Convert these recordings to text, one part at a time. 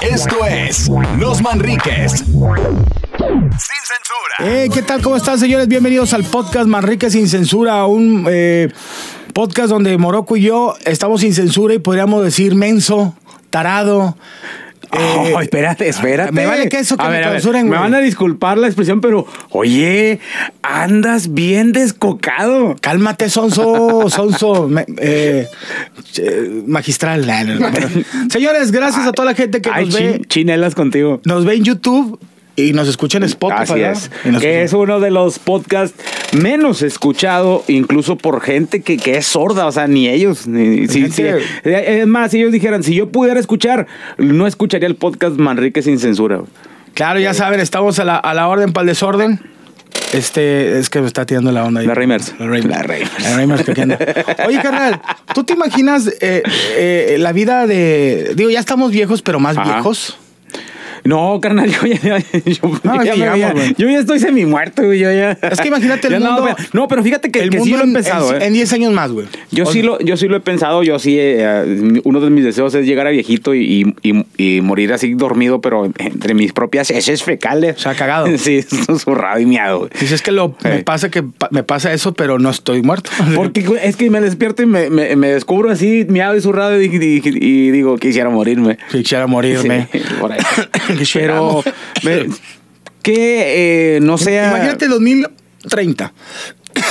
Esto es Los Manriques. Sin censura. Eh, ¿Qué tal? ¿Cómo están, señores? Bienvenidos al podcast Manrique sin censura, un eh, podcast donde Morocco y yo estamos sin censura y podríamos decir menso, tarado. eh, Oh, espérate, espérate. me vale que eso que A me ver, a ver, censuren, Me güey. van a disculpar la expresión, pero oye, andas bien descocado. Cálmate, Sonso, Sonso, me- eh, eh, magistral. Nah, no, no. Señores, gracias a toda la gente que Ay, nos ve, chin- chinelas contigo. nos ve en YouTube y nos escucha en Spotify. Así ¿verdad? es. Y nos Que es escucha- uno de los podcasts menos escuchado, incluso por gente que, que es sorda, o sea, ni ellos. ni- sí, sí. Gente- Eh, Es más, si ellos dijeran, si yo pudiera escuchar, no escucharía el podcast Manrique sin censura. Claro, ya saben, estamos a la, a la orden para el desorden. Este es que me está tirando la onda. ahí. La Reimers. La Reimers. La Reimers. La Reimers que aquí anda. Oye, carnal, ¿tú te imaginas eh, eh, la vida de. Digo, ya estamos viejos, pero más Ajá. viejos. No, carnal, yo ya, yo, No, ya sí, me vamos, había- güey. yo ya estoy semi muerto, Yo ya, Es que imagínate el Ya no, mundo- pero- No, pero fíjate que, el que sí mundo lo he en- pensado. en- ¿eh? En 10 años más, güey. Yo O- sí, lo, yo sí lo he pensado, yo sí, eh, eh, uno de mis deseos es llegar a viejito y, y- y- y morir así dormido, pero entre mis propias heces fecales. O sea, cagado. Sí, zurrado y miado. güey. Dices que lo, me Sí. pasa que pa- me pasa eso, pero no estoy muerto. Porque güey, es que me despierto y me, me- me descubro así miado y zurrado y, y- y digo, quisiera morirme. quisiera morirme. Sí, por ahí. Quisiera pero morir. me- que eh, no sea... Imagínate 2030.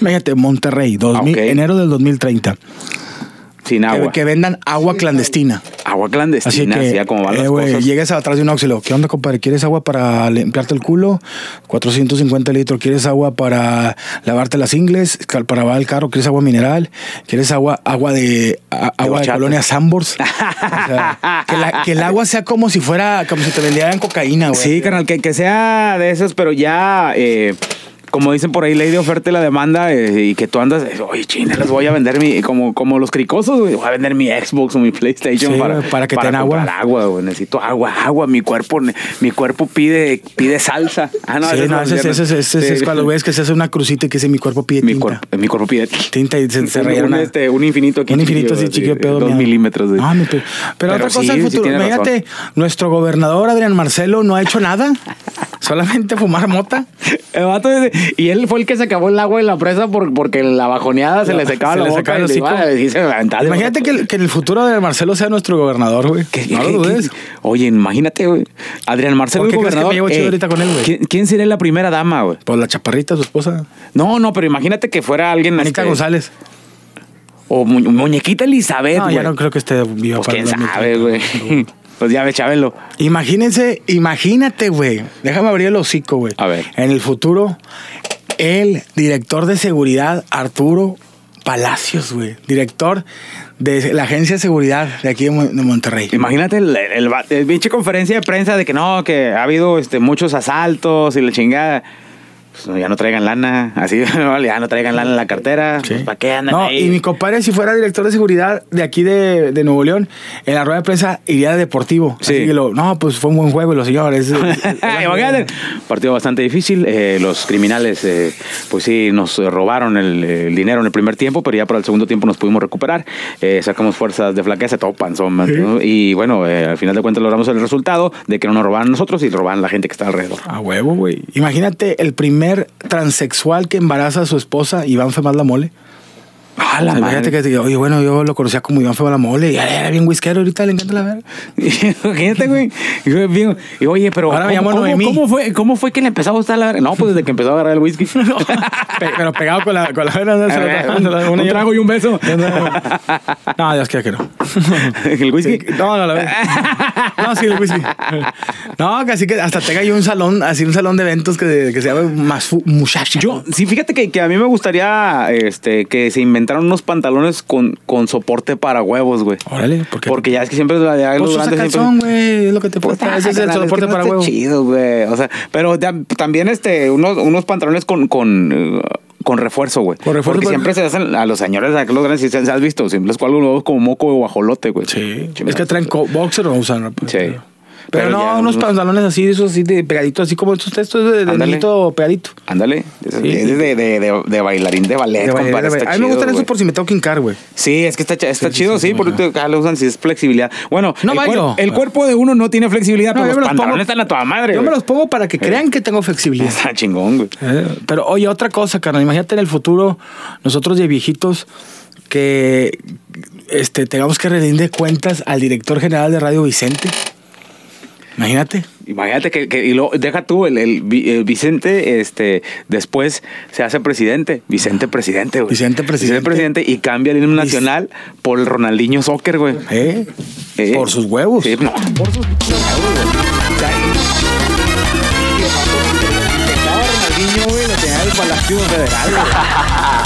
Imagínate Monterrey, 2000, Ah, ok. enero del 2030. sin Que- agua. Que, vendan agua clandestina. Agua Así clandestina, que, ya como van eh, las güey, cosas. llegues atrás de un óxido. ¿Qué onda, compadre? ¿Quieres agua para limpiarte el culo? 450 litros. ¿Quieres agua para lavarte las ingles? Cal- Para lavar el carro. ¿Quieres agua mineral? ¿Quieres agua agua de a- agua de, horchata. colonia Sambors? O sea, que, la- que el agua sea como si fuera, como si te vendieran cocaína, güey. Sí, carnal, que, que sea de esas, pero ya, eh, como dicen por ahí, ley de oferta y la demanda, eh, y que tú andas, eh, oye, china, les voy a vender mi, como, como los cricosos, güey, voy a vender mi Xbox o mi PlayStation Sí, para, güey, para que te den comprar agua. agua, güey, necesito agua, agua, mi cuerpo, ne- mi cuerpo pide, pide salsa. Ah, Sí, ese es no, los ese, ese- viernes. ese- ese- ese es Sí. cuando ves que se hace una crucita y que dice mi cuerpo pide Mi tinta. cuerpo, mi cuerpo pide Tinta y se, se un- rayaron un, a- este, un infinito aquí Un infinito así chiquillo chiquillo, de pedo. dos mira. milímetros. de- Ah, mi pe- pero, otra cosa sí, del sí futuro. tienes razón. Imagínate, nuestro gobernador Adrián Marcelo no ha hecho nada. solamente fumar mota. El vato dice- y él fue el que se acabó el agua de la presa por, porque la bajoneada se le secaba Se la le boca secaba y el le iba hocico. a decirse, "Aventale". Imagínate que, el- que el futuro de Adrián Marcelo sea nuestro gobernador, güey. ¿Qué- No lo qué- dudes. qué- Oye, imagínate, güey. Adrián Marcelo, ¿Por el qué crees que me gobernador. eh, llevo chido ahorita con él, güey? ¿quién, quién sería la primera dama, güey? Pues la chaparrita, su esposa. No, no, pero imagínate que fuera alguien. Anita este, González. O mu- muñequita Elizabeth, No, güey. ya no creo que esté viva pues para quién el 2030. sabe, güey. pues ya ve, Chabelo. Imagínense, imagínate, güey. Déjame abrir el hocico, güey. A ver. En el futuro, el director de seguridad, Arturo Palacios, güey. Director de la Agencia de Seguridad de aquí de Mon- de Monterrey. Imagínate el, el, va- el pinche conferencia de prensa de que no, que ha habido este, muchos asaltos y la chingada. Pues no, ya no traigan lana, así, ¿no? ya no traigan lana en la cartera. Sí. Pues, ¿Para qué andan no, ahí? Y mi compadre, si fuera director de seguridad de aquí de, de Nuevo León, en la rueda de prensa iría de deportivo. Sí. Así que lo, no, pues fue un buen juego, y los señores. Imagínate. Partido bastante difícil. eh, los criminales, eh, pues sí, nos eh, robaron el, eh, el dinero en el primer tiempo, pero ya para el segundo tiempo nos pudimos recuperar. eh, sacamos fuerzas de flaqueza, todo panzón. man, ¿no? Y bueno, eh, al final de cuentas logramos el resultado de que no nos robaban nosotros y robaban la gente que está alrededor. A huevo, güey. Imagínate el primer transexual que embaraza a su esposa, Iván Femaz La Mole. ¡Ah, O sea, Imagínate que te diga, oye, bueno, yo lo conocía como Iván Fue la Mole, y "Ah, era era bien whiskero, ahorita le encanta la ver. Imagínate, güey. Y yo digo, y oye, pero. Ahora me ¿cómo- llamo cómo- Noemí. ¿cómo, fue, ¿Cómo fue que le empezó a gustar la verga? No, pues desde que empezó a agarrar el whisky. Pe- Pero pegado con la con la vena, ¿no? Se la- se Un- la- un una- trago y un beso. No, Dios quiera que no. el whisky. No, no, la verdad. No, sí, el whisky. No, que así que hasta tenga yo un salón, así un salón de eventos que, que se llama más muchacho. Yo, sí, fíjate que, que a mí me gustaría este, que se inventaran unos pantalones con, con soporte para huevos, güey. Órale, ¿por qué? Porque ya es que siempre la de Pues algo usa durante siempre. calzón, güey, es lo que te Puta, falta. Ese es el carnal, soporte que no para está huevo. chido, güey. O sea, pero tam- también este, unos, unos pantalones con, con, eh, con refuerzo, güey. Con refuerzo, Porque pero- siempre se hacen a los señores, a los grandes, si se has visto, siempre les cuelgan los huevos como moco o guajolote, güey. Sí, Chingada. es que traen co- boxer o no usan. Sí. pues. Pero, Pero ya no, unos unos- pantalones así, de esos así de pegadito, así como estos textos de, de Ándale. Nelito pegadito. Ándale, es es de, de- de- de bailarín de ballet, De compadre, bailar, de está bailar. A mí me chido, gustan esos güey. por si me tengo que hincar, güey. Sí, es que está, ch- está chido, sí, porque acá lo usan si es flexibilidad. Bueno, No el, bailo. el cuerpo de uno no tiene flexibilidad, No, pero yo me los los pongo- pantalones están a toda madre. Yo me güey. los pongo para Eh. que crean que tengo flexibilidad. Está chingón, güey. Eh, Pero oye, otra cosa, carnal, imagínate en el futuro, nosotros de viejitos, que este, tengamos que rendir cuentas al director general de Radio Vicente. Imagínate. Imagínate que, que- y lo, deja tú, el, el Vi- el Vicente, este, después se hace presidente. Vicente presidente, güey. Ah, Vicente presidente. presidente y cambia el himno nacional por el Ronaldinho Soccer, güey. ¿eh? Eh. Por sus huevos. Sí, no. Por sus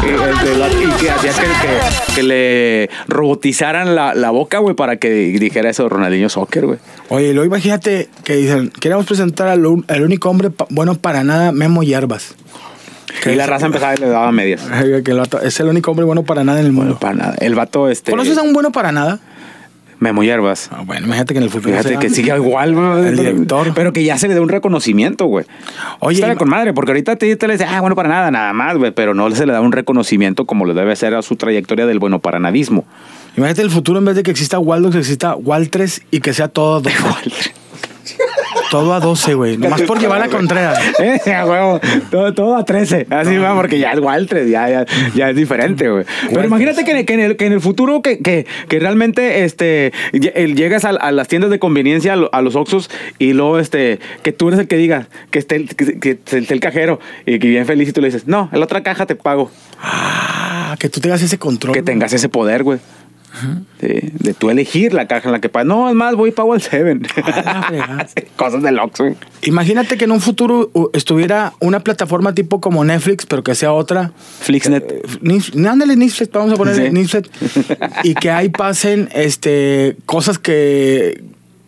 Eh, el de la- y que hacía que, que- que le robotizaran la, la boca, güey, para que dijera eso de Ronaldinho Soccer, güey. Oye, y luego imagínate que dicen, queremos presentar al, un- al único hombre pa- bueno para nada, Memo Yerbas. Y la raza empezaba y le daba medias. Que el vato es el único hombre bueno para nada en el Bueno, mundo. para nada. El vato, este. ¿Conoces a un bueno para nada? Memo Hierbas. Ah, bueno, imagínate que en el futuro Fíjate sea- que sigue igual, güey. El director. Pero que ya se le dé un reconocimiento, güey. Oye, Oye. Está y- con madre, porque ahorita te, te le dice, ah, bueno, para nada, nada más, güey. Pero no se le da un reconocimiento como le debe hacer a su trayectoria del bueno para nadismo. Imagínate el futuro en vez de que exista Waldo, que exista Waltres y que sea todo a 12. todo a 12, güey. Nomás por llevar a Contreras. Eh, a huevo. Todo, todo a 13. Así va, porque ya es Walter, ya, ya, ya es diferente, güey. Pero imagínate que, en el- que en el, que en el futuro que, que, que realmente este, lle- el- llegas a, a las tiendas de conveniencia, a, lo- a los Oxxos, y luego este, que tú eres el que diga que esté el, que, que esté el cajero y que bien feliz y tú le dices, no, en la otra caja te pago. Ah, que tú tengas ese control. Que tengas ese poder, güey. Sí, de tú elegir la caja en la que pagas. No, es más, voy y pago al 7. A Ah, la fregada. Cosas del Oxxo. güey. Imagínate que en un futuro uh, estuviera una plataforma tipo como Netflix, pero que sea otra. Flixnet. Eh, Nif- Ándale, Netflix, vamos a poner Sí. Netflix. Y que ahí pasen este, cosas que.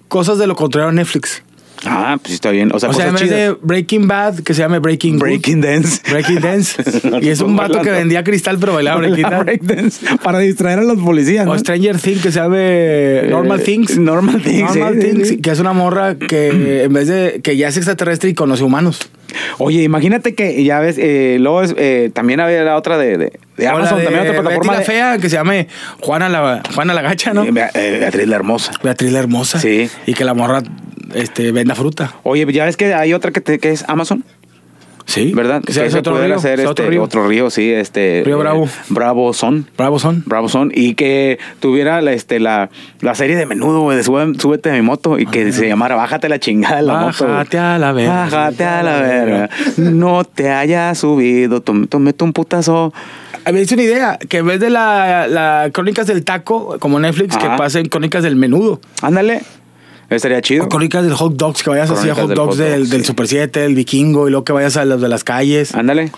Cosas de lo contrario a Netflix. Ah, pues sí está bien. O sea, O sea, en cosas vez de chidas. Breaking Bad, que se llame Breaking Good. Breaking Dance. Breaking Dance. No, y es no, un vato que bailando. vendía cristal, pero bailaba Breaking Bailaba Dance. breakdance para distraer a los policías. O ¿no? Stranger Things, que se llame Normal Eh, Things. Normal Things, Normal sí, sí, Things, sí. que es una morra que en vez de que ya es extraterrestre y conoce humanos. Oye, imagínate que ya ves, eh, luego es, eh, también había la otra de, de, de O la Amazon, de también otra plataforma. Betty la de- fea, que se llame Juana la, Juana la Gacha, ¿no? Eh, Bea- eh, Beatriz la Hermosa. Beatriz la Hermosa. Sí. Y que la morra este, venda fruta. Oye, ya ves que hay otra que, te- que es Amazon, Sí. ¿verdad? Que sea que ese otro pudiera río. hacer sea este, otro río. sí, este. Río eh, Bravo. Bravo Son. Bravo son. Bravo Son. Y que tuviera la, este, la, la serie de menudo, güey, de Súbe- súbete a mi moto y que se llamara Bájate la chingada de la moto. güey. Bájate a la verga. Bájate a la verga. No te hayas subido, tom- tomete un putazo. Ah, Me hice una idea, que en vez de la, la crónicas del taco, como Netflix, Ajá. que pasen crónicas del menudo. Ándale. Estaría chido. O crónicas del hot dogs, que vayas así a Crónicas hot del dogs hot del, dogs, del sí. Super 7, el vikingo, y luego que vayas a los de las calles. Ándale.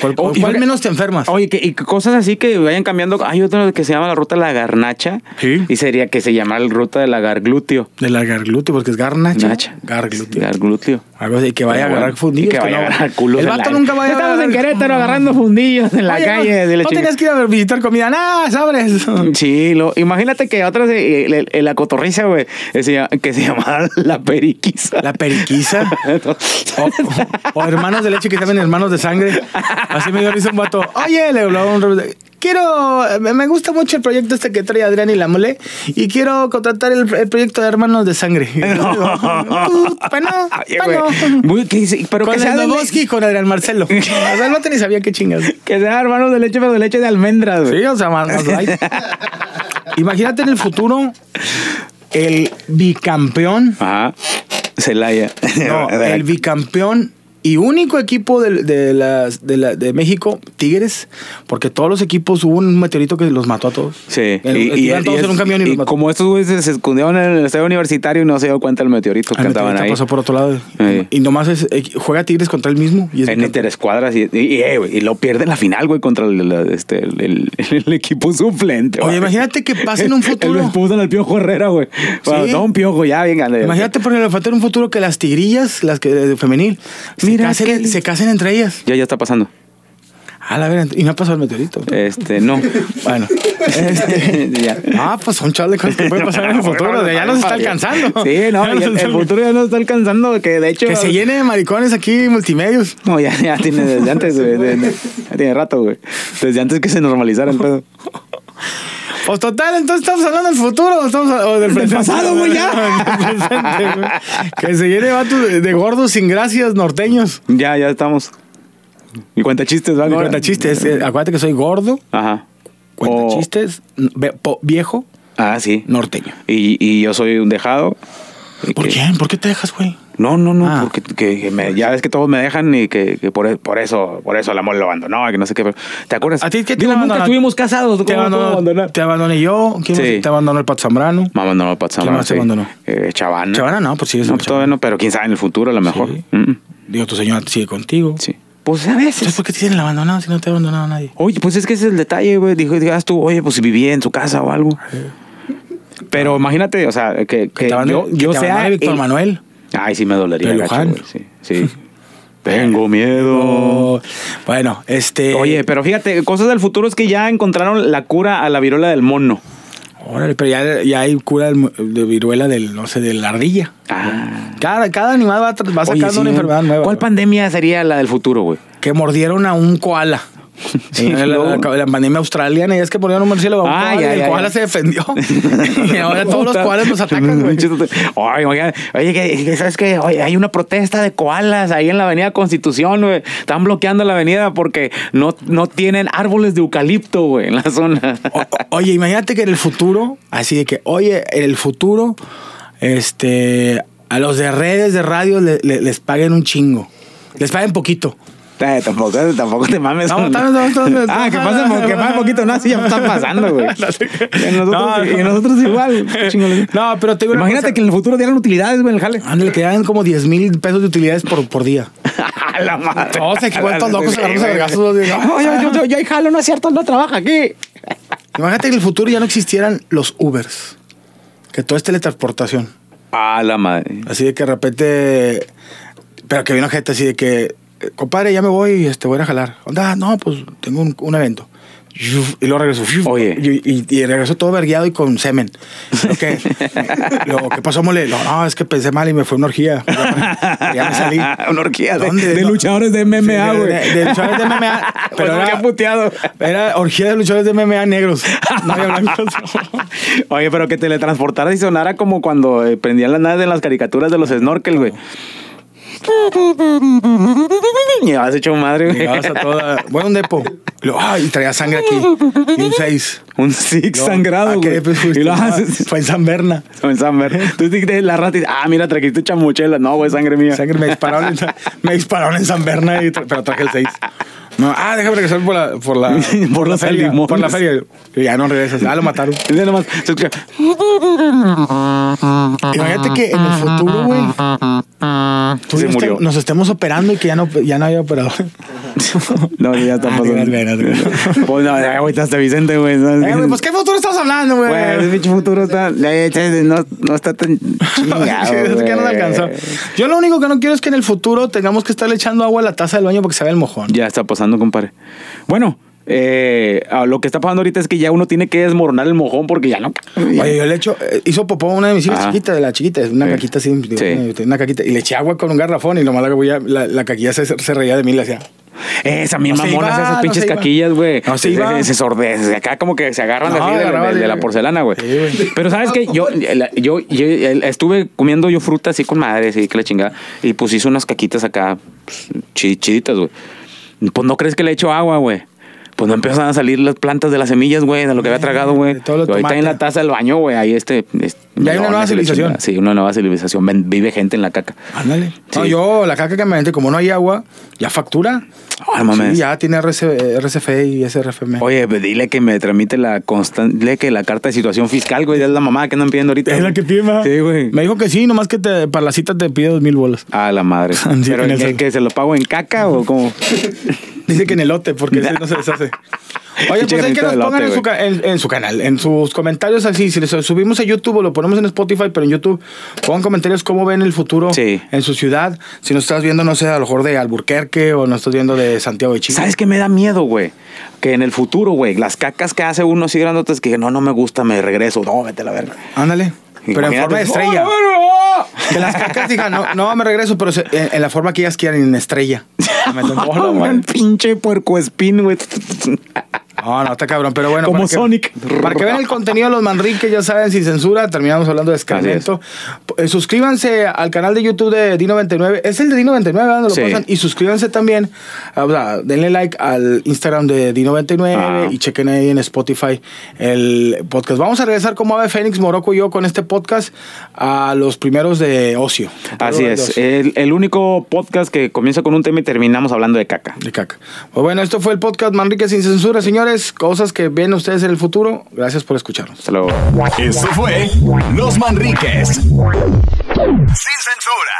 ¿Cuál, Oh, y cuál fíjate- menos te enfermas? Oye, que, y que cosas así que vayan cambiando. Hay otro que se llama la ruta de la garnacha. Sí. Y sería que se llama la ruta de la garglutio. De la garglutio, porque es garnacha. Nacha. Garglutio. Garglutio. Algo así, que vaya a Pero agarrar bueno, fundillos. y Que vaya a no- agarrar culos. El en vato la- nunca va a Estamos en agarrar- Querétaro agarrando fundillos en la Oye, calle. No, de la no chingada. tenías que ir a visitar comida. Nada, sabres. Sí, lo, imagínate que otra, se- el- el- el- eh, la cotorriza, güey, que se llama- que se llamaba la periquisa. La periquisa. O, o- o hermanos de leche que también hermanos de sangre. Así me dice un vato. Oye, le hablaba un rubio, Quiero, me me gusta mucho el proyecto este que trae Adrián y la mole y quiero contratar el, el proyecto de hermanos de sangre. Bueno, Oye, güey, bueno. muy- que dice- pero Con que sea, el de, Doboski y con Adrián Marcelo. O sea, el vato ni sabía qué chingas. que sea hermano de leche, pero de leche de almendras, güey. Sí, o sea, más, más light. Imagínate en el futuro el bicampeón. Ajá. Celaya. No, el bicampeón y único equipo del- de, las, de, la- de México, Tigres, porque todos los equipos hubo un meteorito que los mató a todos. Sí, El- el- iban todos en un camión y, y los mató. como estos güeyes se escondieron en el estadio universitario y no se dio cuenta el meteorito que El andaban meteorito ahí. Ah, pasó por otro lado. Sí. Y nomás es, eh, juega Tigres contra él mismo. Y es En bicampeón. interescuadras y, y, y, eh, güey, y lo pierden la final, güey, contra el, la- este, el, el- el equipo suplente. Oye, güey. imagínate que pase en un futuro. Lo expulsan al Piojo Herrera, güey. Bueno, Sí. no, un Piojo, ya, venga. le- Imagínate por ejemplo, en un futuro que las tigrillas, las que de femenil, se Mira casen, que- se casen entre ellas. Ya, ya está pasando. A la ver, y no ha pasado el meteorito. Este, no. Bueno, este, Ya. ah, pues son chales cosas que pueden pasar en el futuro. de Ya nos está alcanzando. Sí, no, Ya ya nos el, está el futuro ya nos está alcanzando, que de hecho... Que se llene de maricones aquí multimedios. No, ya, ya tiene desde antes, güey. de- de- ya tiene rato, güey. Desde antes que se normalizara el pedo. Pues total, entonces estamos hablando del futuro o, estamos, o del presente. pasado, güey, ya. Del presente, güey. que se llene de vatos de, de gordos sin gracias norteños. Ya, ya estamos. Y cuenta chistes, ¿vale? No, cuenta chistes. eh, Acuérdate que soy gordo, Ajá. cuenta O- chistes, n- ve- po- viejo, Ah, sí. norteño. Y, y yo soy un dejado. Y ¿Por que- quién? ¿Por qué te dejas, güey? No, no, no, Ah. porque que- que me- ya ves que todos me dejan y que, que por, e- por eso, por eso el amor lo abandonó, que no sé qué. pero- ¿Te acuerdas? ¿A ti qué te Digo, nunca abandonaron? estuvimos casados, Te ¿cómo me puedo abandonó, abandonar? te abandoné yo. ¿Quién Sí. más? Te abandonó el Pat Zambrano. Me abandonó Pat Zambrano, más te sí. abandonó? Eh, Chavana. Chavana no, pues sí, es No, un todavía no, pero quién sabe en el futuro a lo mejor. Sí. Mm, mm, Digo, tu señora sigue contigo. sí. Pues a veces. Entonces, ¿por qué te tienen abandonado si no te ha abandonado nadie? Oye, pues es que ese es el detalle, güey. Dijo, digas tú, oye, pues si vivía en su casa o algo. Pero imagínate, o sea, que, que te abandone- yo, que yo te sea. abandone Víctor el- Manuel. Ay, sí me dolería. Pero gacho, Luján. güey, sí, sí. Tengo miedo. O- Bueno, este. Oye, pero fíjate, cosas del futuro es que ya encontraron la cura a la viruela del mono. Órale, pero ya, ya hay cura del mu- de viruela del, no sé, de la ardilla. Ah. Cada, cada animal va, tra- va Oye, sacando sí, una ¿no? enfermedad nueva. ¿Cuál güey. pandemia sería la del futuro, güey? Que mordieron a un koala. Sí, la, luego. la- la pandemia australiana, y es que mordieron un murciélago a un Ah, koala, ya, y el ya, koala ya. se defendió. y ahora todos los koalas nos atacan, güey. Ay, oiga, oye, que- que ¿sabes qué? Oye, hay una protesta de koalas ahí en la avenida Constitución, güey. Están bloqueando la avenida porque no, no tienen árboles de eucalipto, güey, en la zona. O- o- oye, imagínate que en el futuro, así de que, oye, en el futuro, este, a los de redes de radio le- le- les paguen un chingo. Les paguen poquito. Eh, tampoco, tampoco te mames. No, estamos- estamos- estamos- ah, que pasa, que pasa poquito, no, así ya están pasando, güey. Y nosotros, No, no. y nosotros igual. qué chingón. No, pero te digo una Imagínate cosa. que en el futuro dieran utilidades, güey, en el jale. Ándale, que hagan como 10 mil pesos de utilidades por, por día. A la madre. Todos aquí, igual, todos locos, agarrándose a vergazos, los de- Ah, No, yo, yo, yo, yo ahí jalo, no es cierto, no trabaja aquí. Imagínate que en el futuro ya no existieran los Ubers. Que todo este es teletransportación. A la madre. Así de que de repente. Pero que vino gente así de que. eh, Compadre, ya me voy, este, voy a ir a jalar. Onda, no, pues tengo un, un evento. Yuf, Y luego regresó. Yuf, Oye. Y, y- y regresó todo vergueado y con semen. Lo que, lo que pasó, mole. No, no, es que pensé mal y me fue una orgía. Ya me salí. Una orgía de, ¿Dónde? de No. luchadores de MMA, Sí, güey. de- de luchadores de MMA, pero Pero era- qué puteado. Era orgía de luchadores de MMA negros. No había blancos. Oye, pero que teletransportara y sonara como cuando eh, prendían las naves en las caricaturas de los snorkel, güey. Llevabas hecho madre, güey. Llegabas a toda. Bueno, un depo. Y luego, ay, traía sangre aquí. Y un 6. Un six sangrado, güey. Y lo haces. pues, Fue en San Berna. En San Ver. Tú dijiste la rata y ah, mira, trajiste chamuchela. No, güey, sangre mía. Sangre, me dispararon en, San- me dispararon en San Berna, y tra- pero traje el 6. No, ah, déjame regresar por la, por la, Por los feria. salimones. Por la feria. Y ya no regresas. Ah, lo mataron. Y de nomás, se escucha, Imagínate que en el futuro, güey. tú Ah. Se y yo murió. este- nos estemos operando y que ya no, ya no haya Eh, operador. No, ya está Ah, pasando. digas, mira, digas. Pues no, ya, güey, está hasta Vicente, güey. ¿sabes? Eh, güey, pues qué futuro estamos hablando, güey. Güey, ese pinche futuro está. eh, eh, No, no está tan chingado. Es que no güey. le alcanzó. Yo lo único que no quiero es que en el futuro tengamos que estarle echando agua a la taza del baño porque se ve el mojón. Ya está pasando, compadre. Bueno, eh, ah, lo que está pasando ahorita es que ya uno tiene que desmoronar el mojón porque ya no. Oye, yo le echo, eh, hizo popó a una de mis hijas Ajá. chiquitas, de la chiquita, una Sí. caquita así, digo, Sí. una- una caquita, y le eché agua con un garrafón y lo malo que voy a, la, la caquilla se, se reía de mí y le hacía. Esa mi No se mamona, iba, esas no pinches se iba. caquillas, güey. No se Se- iba. se- Se sordece. Acá como que se agarran No, así de, agarraba de- de así, la güey. porcelana, güey. Sí, güey. Pero sabes que yo, la- yo, yo eh, estuve comiendo yo fruta así con madre, así que la chingada. Y pues hice unas caquitas acá pues, chi- chiditas, güey. Pues no crees que le echo agua, güey. Pues no empiezan a salir las plantas de las semillas, güey, de lo que había tragado, güey. de todo lo Y Ahorita tomate. en la taza del baño, güey, ahí este. este Ya hay una nueva melones y la civilización. chingada. Sí, una nueva civilización. Ven- Vive gente en la caca. Ándale. No, Sí. yo, la caca que me aventé, como no hay agua, ya factura. Ah, mames. Sí, ya tiene RC, RCF y SRFM. Oye, pues, dile que me tramite la constante, dile que la carta de situación fiscal, güey, es la mamá que andan pidiendo ahorita. es la que pide, ¿verdad? Sí, güey. Me dijo que sí, nomás que te, para la cita te pide dos mil bolas. A la madre. Sí, Pero en ¿qué- eso. que se lo pago en caca o como Dice que en elote, porque ese no se deshace. Oye, pues Pinche hay que granito nos de pongan en elote, su, güey. ca- en, en su canal, en sus comentarios así. Si les subimos a YouTube o lo ponemos en Spotify, pero en YouTube, pongan comentarios cómo ven el futuro Sí. en su ciudad. Si nos estás viendo, no sé, a lo mejor de Alburquerque o nos estás viendo de Santiago de Chile. ¿Sabes qué me da miedo, güey? Que en el futuro, güey, las cacas que hace uno así grandotas que no, no me gusta, me regreso. No, vete a la verga. Ándale. Pero en Imagínate. forma de estrella. ¡Oh, no, no! Que las cacas digan, no, no, me regreso, pero se- en, en la forma que ellas quieran, en estrella. Me meto en bola, Un güey. pinche puerco espín, güey. No, no está cabrón, pero bueno. Como para que- Sonic. para que vean el contenido de los Manrique, ya saben, sin censura, terminamos hablando de excremento. Eh, Suscríbanse al canal de YouTube de Di99. Es el de Di99, ¿verdad? Donde lo Sí. pasan. Y suscríbanse también, ah, o sea, denle like al Instagram de Di99 Ah. y chequen ahí en Spotify el podcast. Vamos a regresar como Ave Fénix, Morocco y yo con este podcast a los primeros de Ocio. Primero Así de es. eh. Ocio. El, el único podcast que comienza con un tema y terminamos hablando de caca. De caca. Pues bueno, esto fue el podcast Manrique sin censura, señores. Cosas que ven ustedes en el futuro. Gracias por escucharnos. Hasta luego. Esto fue Los Manriques. Sin censura.